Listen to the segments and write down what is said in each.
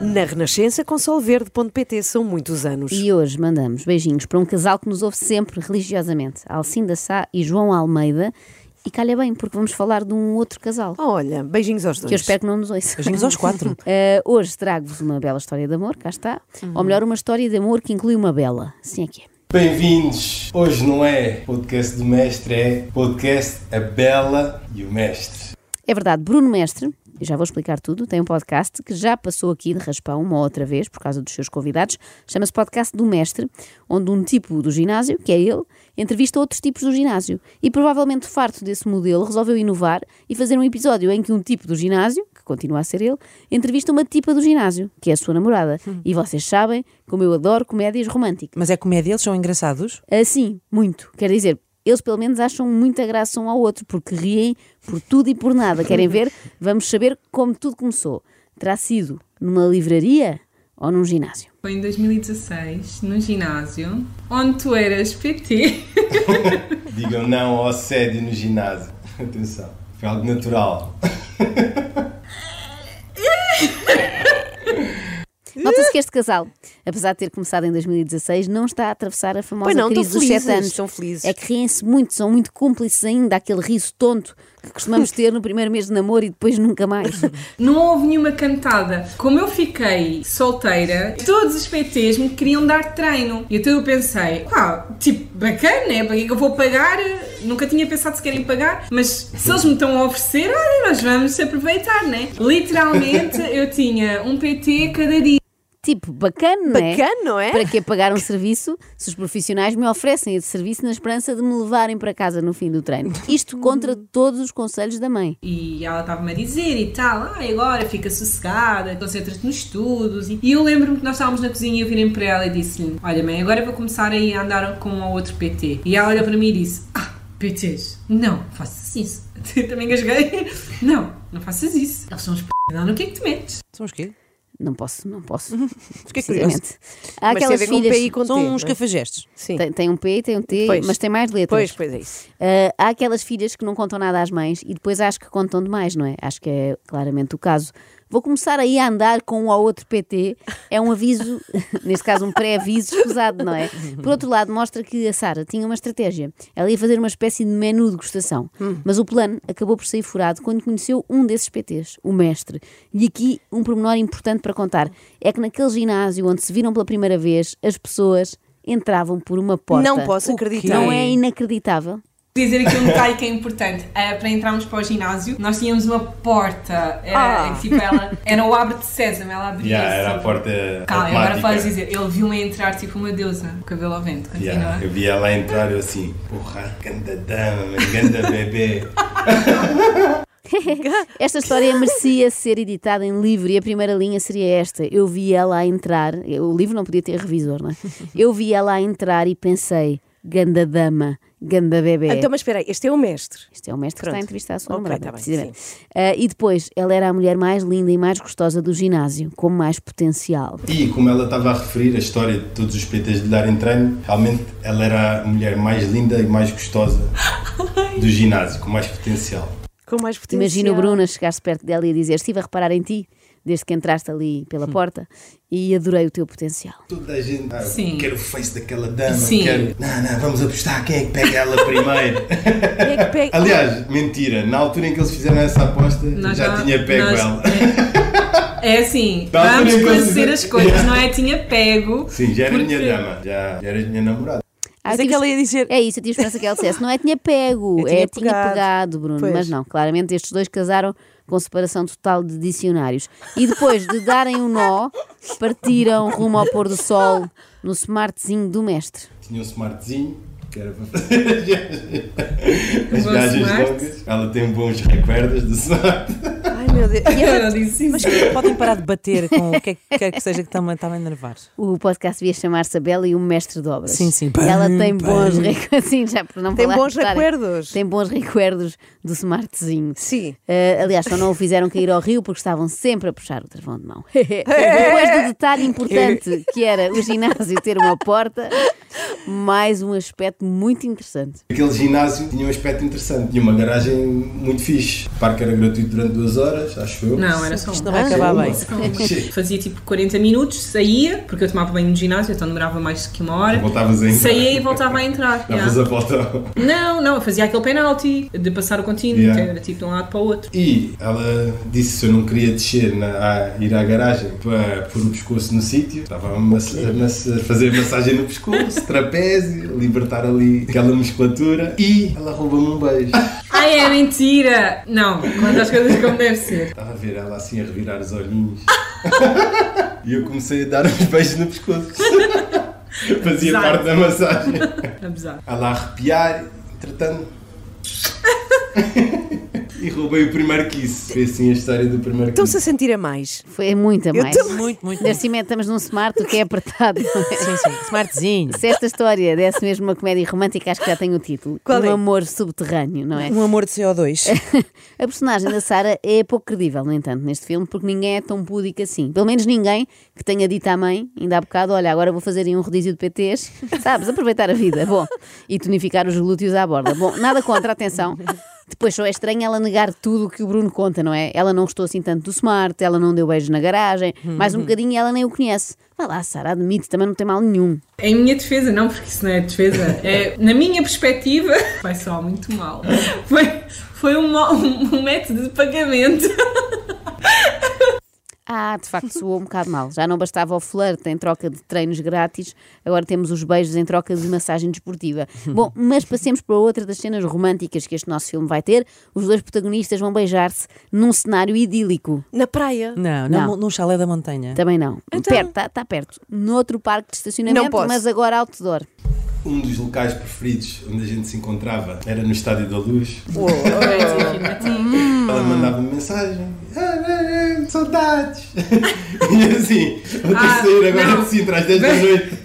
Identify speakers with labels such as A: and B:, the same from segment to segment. A: na Renascença com solverde.pt são muitos anos.
B: E hoje mandamos beijinhos para um casal que nos ouve sempre religiosamente, Alcinda Sá e João Almeida. E calha bem, porque vamos falar de um outro casal.
A: Olha, beijinhos aos dois.
B: Que eu espero que não nos ouça.
C: Beijinhos aos quatro. Uhum.
B: Eh, hoje trago-vos uma bela história de amor, cá está. Ou melhor, uma história de amor que inclui uma bela. Assim é que é.
D: Bem-vindos! Hoje não é podcast do mestre, é podcast A Bela e o Mestre.
B: É verdade, Bruno Mestre, e já vou explicar tudo, tem um podcast que já passou aqui de raspão uma outra vez por causa dos seus convidados. Chama-se Podcast do Mestre, onde um tipo do ginásio, que é ele, entrevista outros tipos do ginásio. E provavelmente farto desse modelo, resolveu inovar e fazer um episódio em que um tipo do ginásio, que continua a ser ele, entrevista uma tipa do ginásio, que é a sua namorada. E vocês sabem como eu adoro comédias românticas.
C: Mas é comédia, eles são engraçados.
B: Assim, muito. Quer dizer, eles pelo menos acham muita graça um ao outro, porque riem por tudo e por nada. Querem ver? Vamos saber como tudo começou. Terá sido numa livraria ou num ginásio?
E: Foi em 2016, no ginásio, onde tu eras PT.
D: Digam não ao assédio no ginásio. Atenção, foi algo natural.
B: Nota-se que este casal, apesar de ter começado em 2016, não está a atravessar a famosa
A: Pois não,
B: crise
A: estão
B: dos
A: felizes,
B: 7 anos.
A: estão felizes.
B: É que riem-se muito, são muito cúmplices ainda aquele riso tonto que costumamos ter no primeiro mês de namoro e depois nunca mais.
E: Não houve nenhuma cantada. Como eu fiquei solteira, todos os PTs me queriam dar treino. E então eu pensei, pá, tipo, bacana, né? Para que é que eu vou pagar? Nunca tinha pensado se querem pagar, mas se eles me estão a oferecer, olha, nós vamos aproveitar, né? Literalmente, eu tinha um PT cada dia.
B: Tipo, bacana, não é?
A: Bacana, não é?
B: Para que pagar um serviço se os profissionais me oferecem esse serviço na esperança de me levarem para casa no fim do treino? Isto contra todos os conselhos da mãe.
E: E ela estava-me a dizer e tal, ah, agora fica sossegada, concentra-te nos estudos. E eu lembro-me que nós estávamos na cozinha e eu virei para ela e disse-lhe: Olha, mãe, agora vou começar aí a andar com o outro PT. E ela olhou para mim e disse: Ah, PTs, não, faças isso. Também gasguei. Não, não faças isso. Eles são os p. Não, no que é que te metes?
C: São os quê?
B: Não posso, não posso.
C: Fiquei curioso.
B: sinceramente. Há
A: Mas tem a
B: aquelas
A: ver com
B: filhas.
A: PI com
C: São
A: T,
C: uns
A: não é?
C: cafajestes.
A: Sim.
B: Tem, tem um P, tem um T,
A: Pois.
B: mas tem mais letras.
A: Pois, pois é isso.
B: Ah, há aquelas filhas que não contam nada às mães e depois acho que contam demais, não é? Acho que é claramente o caso. Vou começar aí a andar com um ou outro PT. É um aviso, neste caso um pré-aviso escusado, não é? Por outro lado, mostra que a Sara tinha uma estratégia. Ela ia fazer uma espécie de menu de gostação.
A: Hum.
B: Mas o plano acabou por sair furado quando conheceu um desses PTs, o mestre. E aqui um pormenor importante para contar. É que naquele ginásio onde se viram pela primeira vez, as pessoas entravam por uma porta.
A: Não posso
C: O quê?
A: acreditar.
B: Não é inacreditável?
E: Dizer aqui um detalhe que é importante. Ah, para entrarmos para o ginásio, nós tínhamos uma porta. Era,
A: Ah.
E: tipo, ela, era o abre de sésamo, ela abria.
D: Yeah, era a
E: assim.
D: porta
E: Calma,
D: automática.
E: agora podes dizer, ele viu-me entrar tipo uma deusa, o cabelo ao vento, continua.
D: Yeah, eu vi ela entrar eu assim, porra, ganda dama, mas ganda bebê.
B: Esta história merecia ser editada em livro e a primeira linha seria esta. Eu vi ela a entrar, o livro não podia ter revisor, não é? Eu vi ela a entrar e pensei, ganda dama, ganda bebê.
A: Então, mas espera aí, este é o mestre.
B: Este é o mestre que está a
A: Pronto.
B: entrevistar a sua
A: Ok,
B: namorada,
A: tá bem,
B: precisamente. Ah, e depois, ela era a mulher mais linda e mais gostosa do ginásio, com mais potencial.
D: E como ela estava a referir a história de todos os PTs de darem treino, realmente ela era a mulher mais linda e mais gostosa do ginásio, com mais potencial.
A: Com mais potencial.
B: Imagina o Bruno a chegar-se perto dela e a dizer, estive a reparar em ti, desde que entraste ali pela
A: Hum.
B: porta, e adorei o teu potencial.
D: Toda a gente, ah,
E: Sim.
D: quero o face daquela dama,
E: Sim.
D: quero... Não, não, vamos apostar quem é que pega ela primeiro.
A: Quem é que pega-
D: Aliás, mentira, na altura em que eles fizeram essa aposta,
E: Nós
D: já tinha pego
E: nós-
D: ela.
E: É, é assim,
D: Dá
E: vamos
D: por enquanto,
E: conhecer
D: né?
E: as coisas, não é? Tinha pego.
D: Sim, já era
E: porque-
D: minha dama, já, já era minha namorada.
B: Ah,
A: Mas
B: eu
A: é que
B: tive-
A: ela ia dizer-
B: É isso, eu tinha esperança que ela dissesse. Não é tinha pego,
A: Eu
B: é
A: tinha
B: tinha
A: pegado.
B: pegado, Bruno.
A: Pois.
B: Mas não, claramente estes dois casaram com separação total de dicionários. E depois de darem um nó, partiram rumo ao pôr do sol no smartzinho do mestre.
D: Tinha um smartzinho, que era para fazer as viagens- as
E: Um bom
D: viagens
E: smart.
D: longas. Ela tem bons recuerdos do smart.
A: Ai, meu Deus. E
E: Ela
A: ela-
E: disse isso.
C: Podem parar de bater com o que é que quer que seja que está-me está a enervar.
B: O podcast devia chamar-se a Bela e o Mestre de Obras.
C: Sim, sim.
B: Ela
C: Pam,
B: tem bons
C: pam.
B: recuerdos. Sim, já por não
A: Tem
B: falar
A: bons
B: de estarem-
A: recuerdos.
B: Tem bons recuerdos do smartzinho.
A: Sim.
B: Uh, aliás, só não o fizeram cair ao rio porque estavam sempre a puxar o travão de mão. Depois do detalhe importante que era o ginásio ter uma porta, mais um aspecto muito interessante.
D: Aquele ginásio tinha um aspecto interessante, tinha uma garagem muito fixe. O parque era gratuito durante duas horas, acho eu.
E: Não, é era só
C: Isto
E: uma.
C: não vai
A: Ah,
C: acabar bem.
E: Só uma. Fazia tipo 40 minutos, saía, porque eu tomava banho no ginásio, então demorava mais que uma hora.
D: Voltavas a entrar.
E: Saía e voltava a entrar.
D: Davas
E: yeah.
D: a volta.
E: Não, não, eu fazia aquele penalti de passar o contínuo,
D: Yeah.
E: que era tipo de um lado para o outro.
D: E ela disse se eu não queria descer, na- a- ir à garagem para pôr o pescoço no sítio. Estava a, massa- a massa- a fazer massagem no pescoço, trapézio, libertar ali aquela musculatura. E ela roubou-me um beijo.
E: Ai, é mentira! Não, conta as coisas como deve ser.
D: Estava a ver ela assim a revirar os olhinhos. e eu comecei a dar uns beijos no pescoço. Fazia
E: Exato.
D: parte da massagem.
E: Abusar.
D: Ela a arrepiar, entretanto. e roubei o primeiro kiss. Foi assim a história do primeiro kiss.
A: Estão-se a sentir a mais.
B: Foi muita
A: Eu
B: mais.
A: também.
C: Muito, muito.
B: Neste momento estamos num smart, o que é apertado. não é?
C: Sim, sim. Smartzinho.
B: Se esta história desse mesmo uma comédia romântica, acho que já tem o título.
A: Qual
B: um
A: é?
B: amor subterrâneo, não é?
C: Um amor de CO2.
B: A personagem da Sara é pouco credível, no entanto, neste filme, porque ninguém é tão púdico assim. Pelo menos ninguém que tenha dito à mãe, ainda há bocado, olha, agora vou fazer aí um rodízio de PTs, sabes, aproveitar a vida, bom, e tonificar os glúteos à borda. Bom, nada contra, atenção. Depois só é estranho ela negar tudo o que o Bruno conta, não é? Ela não gostou assim tanto do smart, ela não deu beijos na garagem, mais um bocadinho e ela nem o conhece. Vai lá, Sara, admite, também não tem mal nenhum.
E: É Em minha defesa, não, porque isso não é defesa, é na minha perspectiva, foi só muito mal. Foi, foi um, mau- um método de pagamento.
B: Ah, de facto, soou um bocado mal. Já não bastava o flerte em troca de treinos grátis, agora temos os beijos em troca de massagem desportiva. Bom, mas passemos para outra das cenas românticas que este nosso filme vai ter. Os dois protagonistas vão beijar-se num cenário idílico.
A: Na praia.
C: Não,
B: Não.
C: não. num chalé da montanha.
B: Também não.
C: Então-
B: Perto, está perto. Noutro parque de
A: Não
B: estacionamento,
A: posso.
B: mas agora outdoor.
D: Um dos locais preferidos onde a gente se encontrava era no Estádio da Luz. Ela mandava-me mensagem. "Ah, ah, ah, Saudades! e assim, vou ter
E: Ah,
D: que sair agora
E: não.
D: assim, às 10 da
E: Mas-
D: noite,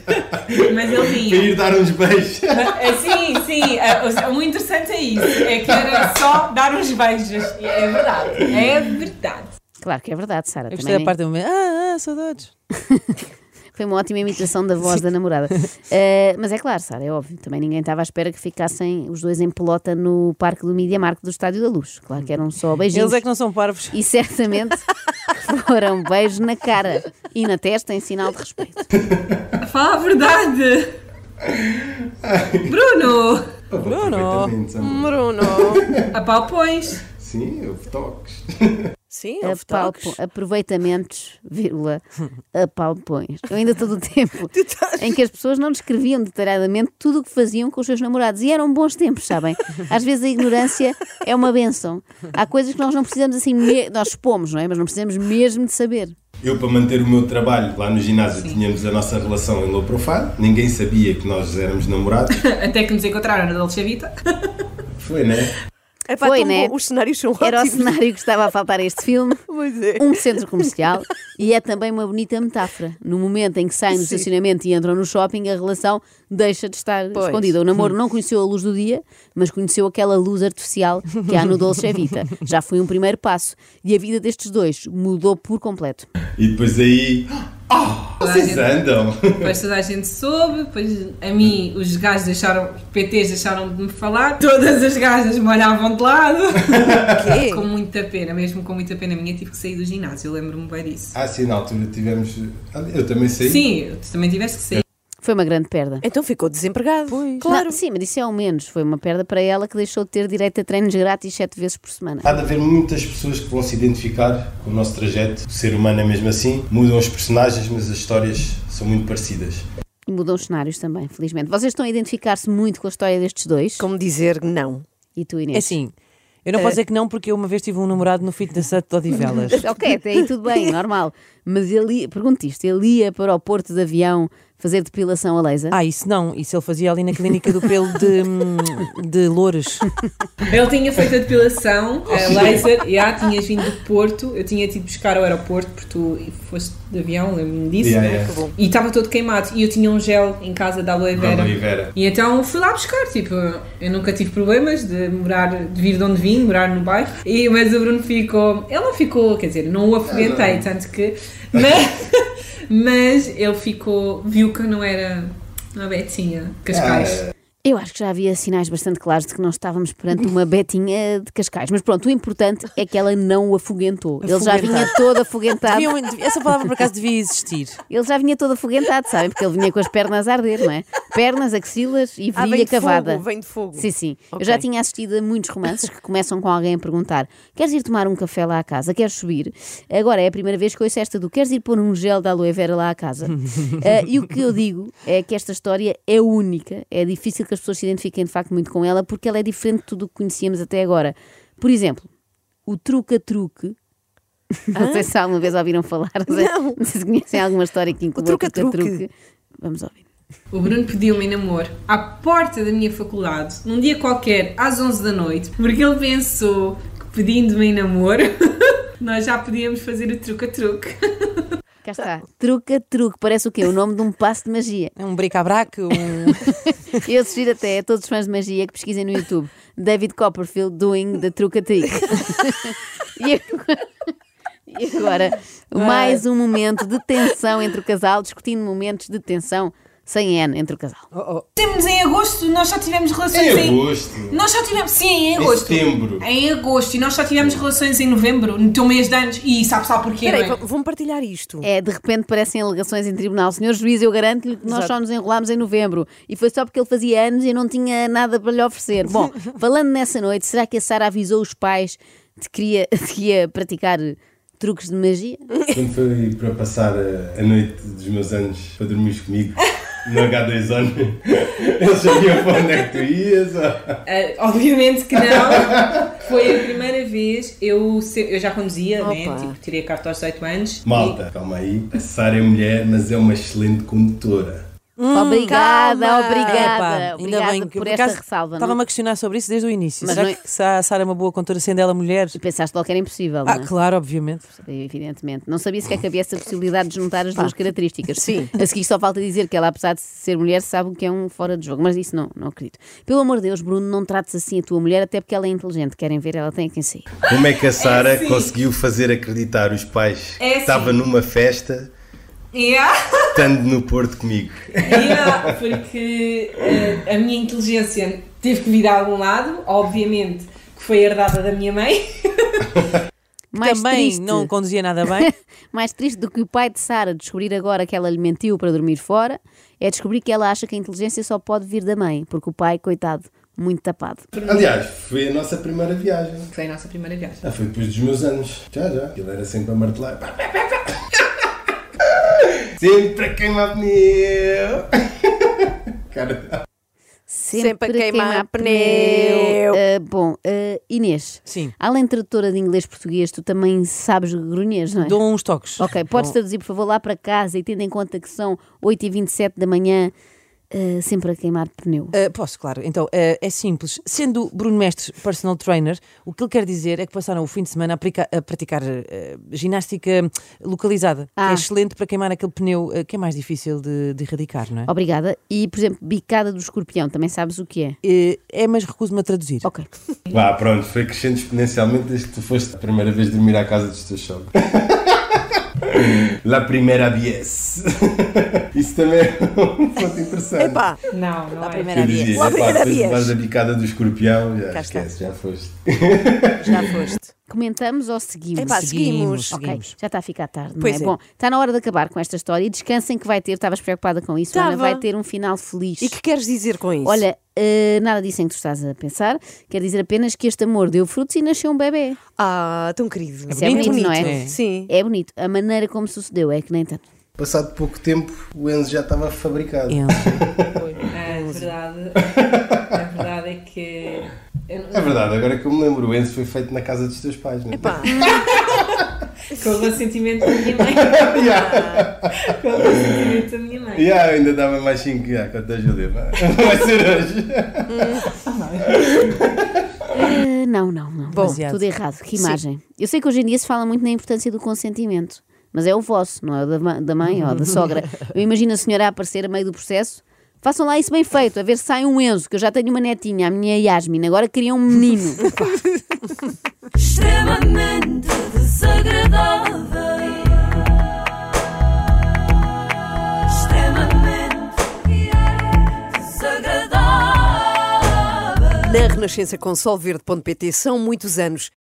E: Mas ele
D: para
E: vinha.
D: ir dar uns beijos.
E: É, Sim, sim, é, o o interessante é isso, é que era só dar uns beijos. É verdade, é verdade.
B: Claro que é verdade, Sara. também
C: Eu gostei da
B: nem-
C: parte do momento. Ah, ah, saudades.
B: Foi uma ótima imitação da voz da namorada. Eh, mas é claro, Sara, é óbvio. Também ninguém estava à espera que ficassem os dois em pelota no parque do Media Market do Estádio da Luz. Claro que eram só beijinhos.
C: Eles é que não são parvos.
B: E certamente foram beijos na cara e na testa em sinal de respeito.
E: Fala a verdade. Bruno,
D: Eu vou
C: Bruno.
D: perfeitamente, amor.
A: Bruno.
E: apalpões.
D: Sim, houve toques.
A: Sim, houve toques.
B: Apalpo, aproveitamentos, vírgula, apalpões. Eu ainda todo o tempo
A: estás-
B: em que as pessoas não descreviam detalhadamente tudo o que faziam com os seus namorados. E eram bons tempos, sabem? Às vezes a ignorância é uma benção. Há coisas que nós não precisamos assim, me- nós expomos, não é? Mas não precisamos mesmo de saber.
D: Eu, para manter o meu trabalho lá no ginásio, tínhamos a nossa relação em low profile. Ninguém sabia que nós éramos namorados.
E: Até que nos encontraram na Dolce Vita.
D: Foi, né?
A: Epá,
B: Foi,
A: tão
B: né?
A: bom. Os cenários são
B: Era o
A: ótimos.
B: cenário que estava a faltar a este filme.
A: Pois é.
B: um centro comercial e é também uma bonita metáfora. No momento em que saem do
A: Sim.
B: estacionamento e entram no shopping, a relação deixa de estar
A: Pois. Hum.
B: escondida. O namoro não conheceu a luz do dia, mas conheceu aquela luz artificial que há no Dolce Vita. Já foi um primeiro passo e a vida destes dois mudou por completo.
D: E depois aí. Oh, vocês andam!
E: Depois toda a gente soube, depois a mim os gajos deixaram, os PTs deixaram de me falar, todas as gajas me olhavam de lado.
A: Quê?
E: Com muita pena, mesmo com muita pena minha, tive que sair do ginásio, eu lembro-me bem disso.
D: Ah, sim, na altura tivemos. Eu também saí.
E: Sim, tu também tiveste que sair.
B: Foi uma grande perda.
A: Então ficou desempregado. Claro.
B: Não, sim, mas isso é ao menos. Foi uma perda para ela que deixou de ter direito a treinos grátis sete vezes por semana.
D: Há de haver muitas pessoas que vão se identificar com o nosso trajeto. O ser humano é mesmo assim. Mudam os personagens, mas as histórias são muito parecidas.
B: E mudou os cenários também, felizmente. Vocês estão a identificar-se muito com a história destes dois?
A: Como dizer não.
B: E tu,
C: É
B: Inês?
C: assim, eu não posso dizer que não, porque eu uma vez tive um namorado no fitness de Odivelas.
B: Ok, até aí tudo bem, normal. Mas ele ia, pergunto isto, ele ia para o porto de avião fazer depilação a laser?
C: Ah, isso não, isso ele fazia ali na clínica do pelo de, hum, de Loures.
E: Ele tinha feito a depilação, a laser, e ah, tinhas vindo do Porto, eu tinha tido buscar ao aeroporto porque tu foste de avião, lembro-me disso,
D: Yeah,
E: né?
D: yeah.
E: E estava todo queimado, e eu tinha um gel em casa da aloe vera.
D: Da Oliveira.
E: E então fui lá buscar, tipo, eu nunca tive problemas de morar, de vir de onde vim, morar no bairro. E, mas o Bruno ficou, ele não ficou, quer dizer, não o afoguentei, tanto que. Mas, mas ele ficou, viu que eu não era Uma Betinha, Cascais.
B: Eu acho que já havia sinais bastante claros de que nós estávamos perante uma betinha de Cascais. Mas pronto, o importante é que ela não o afoguentou. Ele já vinha todo afoguentado.
C: Deviam- um- essa palavra por acaso devia existir.
B: Ele já vinha todo afoguentado, sabem? Porque ele vinha com as pernas a arder, não é? Pernas, axilas e
A: Ah,
B: virilha
A: vem de
B: cavada.
A: fogo, vem de fogo.
B: Sim, sim. Eu
A: Ok.
B: já tinha assistido a muitos romances que começam com alguém a perguntar: queres ir tomar um café lá à casa? Queres subir? Agora é a primeira vez que ouço esta do queres ir pôr um gel da aloe vera lá à casa? Ah, e o que eu digo é que esta história é única, é difícil que as pessoas se identifiquem de facto muito com ela porque ela é diferente de tudo o que conhecíamos até agora. Por exemplo, o truca-truque. Não sei se alguma vez ouviram falar, não sei,
A: Ah? Não.
B: não sei se conhecem alguma história que inclua o
A: truca-truque.
B: truca-truque. Vamos ouvir.
E: O Bruno pediu-me em namoro à porta da minha faculdade, num dia qualquer, às 11 da noite, porque ele pensou que pedindo-me em namoro, nós já podíamos fazer o truque-a-truque.
B: Cá está.
A: Ah.
B: Truca-truque. Parece o quê? O nome de um passo de magia.
C: É um bric-a-brac, um.
B: Eu sugiro até a todos os fãs de magia que pesquisem no YouTube David Copperfield doing the truck a trick. e agora, e agora, mais um momento de tensão entre o casal, discutindo momentos de tensão sem N entre o casal.
E: Temos em agosto, nós só tivemos relações
D: Em
E: em...
D: agosto.
E: Nós só tivemos, sim, em
D: Em
E: é agosto.
D: setembro.
E: Em agosto, e nós só tivemos relações em novembro, no teu mês de anos, e sabe só porquê,
A: Espera aí,
E: não é?
A: vão- vão partilhar isto.
B: É, de repente parecem alegações em tribunal. Senhor juiz, eu garanto-lhe que nós só nos enrolámos em novembro e foi só porque ele fazia anos e eu não tinha nada para lhe oferecer. Bom, falando nessa noite, será que a Sara avisou os pais de que ia, de que ia praticar truques de magia?
D: Quando foi para passar a, a noite dos meus anos para dormires comigo no H2 Zone, eles sabiam para onde é que tu ias. ó.
E: Ah, obviamente que não. Foi a primeira vez, eu, se- eu já conduzia, né?
A: Opa.
E: Tipo, tirei a carta aos 18 anos.
D: Malta, calma aí. A Sara é mulher, mas é uma excelente condutora.
B: obrigada,
A: calma.
B: obrigada.
C: Epá,
B: obrigada por esta ressalva. não? é?
C: Estava-me a questionar sobre isso desde o início.
B: Mas
C: Será
B: não é-
C: que se a Sara é uma boa contora sendo ela mulher?
B: E pensaste logo que era impossível,
C: Ah,
B: não é?
C: claro, obviamente.
B: Evidentemente. Não sabia sequer que havia essa possibilidade de juntar as duas características.
A: Sim.
B: A seguir só falta dizer que ela, apesar de ser mulher, sabe o que é um fora de jogo. Mas isso não, não acredito. Pelo amor de Deus, Bruno, não trates assim a tua mulher, até porque ela é inteligente. Querem ver, ela tem quem sair.
D: Como é que a Sara
E: assim.
D: conseguiu fazer acreditar os pais
E: É
D: que estava
E: assim.
D: numa festa
E: Yeah.
D: estando no Porto comigo?
E: Yeah, ah, porque eh, a minha inteligência teve que vir de algum lado, obviamente que foi herdada da minha mãe.
B: Mais
C: Também
B: triste,
C: não conduzia nada bem.
B: mais triste do que o pai de Sara descobrir agora que ela lhe mentiu para dormir fora é descobrir que ela acha que a inteligência só pode vir da mãe, porque o pai, coitado, muito tapado.
D: Aliás, foi a nossa primeira viagem.
E: Foi a nossa primeira viagem.
D: Ah, foi depois dos meus anos. Já, já. Aquilo era sempre a martelar. Pá, pá, pá, pá. sempre a queimar pneu. Cara, tá.
B: Sempre,
A: a queimar pneu.
B: Ah, bom, ah, Inês,
C: Sim.
B: além de tradutora de inglês-português, tu também sabes grunhas, não é?
C: Dou uns toques.
B: Ok, podes traduzir, por favor, lá para casa e tendo em conta que são 8h27 da manhã, ah, sempre a queimar pneu.
C: Ah, posso, claro. Então, ah, é simples. Sendo Bruno Mestre personal trainer, o que ele quer dizer é que passaram o fim de semana a, prica- a praticar ah, ginástica localizada, que
B: Ah.
C: é excelente para queimar aquele pneu ah, que é mais difícil de, de erradicar, não é?
B: Obrigada. E, por exemplo, bicada do escorpião, também sabes o que é?
C: Eh, é, mas recuso-me a traduzir.
B: Ok.
D: Vá, pronto, foi crescendo exponencialmente desde que tu foste a primeira vez dormir à casa dos teus sogros. La primeira vez. Isso também é um ponto interessante.
A: Epá,
E: Não, não é.
C: primeira
D: Eu dizia,
A: La
D: epá,
A: primeira
D: depois
A: vez.
D: vais a bicada do escorpião, já
C: Cá está.
D: esquece, já foste.
B: É.
C: Já foste.
B: Comentamos ou seguimos?
A: Epá,
C: seguimos,
A: seguimos.
B: Ok,
C: seguimos.
B: já está a ficar tarde, não
A: Pois
B: é?
A: é.
B: Bom, está na hora de acabar com esta história e descansem que vai ter, estavas preocupada com isso, Ana,
A: Estava.
B: vai ter um final feliz.
A: E que queres dizer com isso?
B: Olha, eh, nada disso em que tu estás a pensar, quer dizer apenas que este amor deu frutos e nasceu um bebê.
A: Ah, tão querido.
B: Isso é bonito, não é?
A: Sim.
B: É bonito. A maneira como sucedeu é que nem tanto.
D: Passado pouco tempo, o Enzo já estava fabricado.
E: É, a verdade, a verdade é que. eu
D: É
E: não-
D: verdade, agora que eu me lembro, o Enzo foi feito na casa dos teus pais, não é?
A: Epá,
E: Com o consentimento da minha mãe. Com o consentimento da minha mãe.
D: E ah, ainda dava mais 5 ah, quanto a Júlia. pá. Vai ser hoje.
B: Eh, não, não, não. Bom,
C: Demasiado.
B: tudo errado. Que imagem. Eu sei que hoje em dia se fala muito na importância do consentimento, mas é o vosso, não é o da, ma- da mãe ou da sogra. Eu imagino a senhora a aparecer a meio do processo. Façam lá isso bem feito, a ver se sai um Enzo, que eu já tenho uma netinha, a minha Yasmin, agora queria um menino.
F: extremamente desagradável. Extremamente.
A: Na Renascença com solverde.pt são muitos anos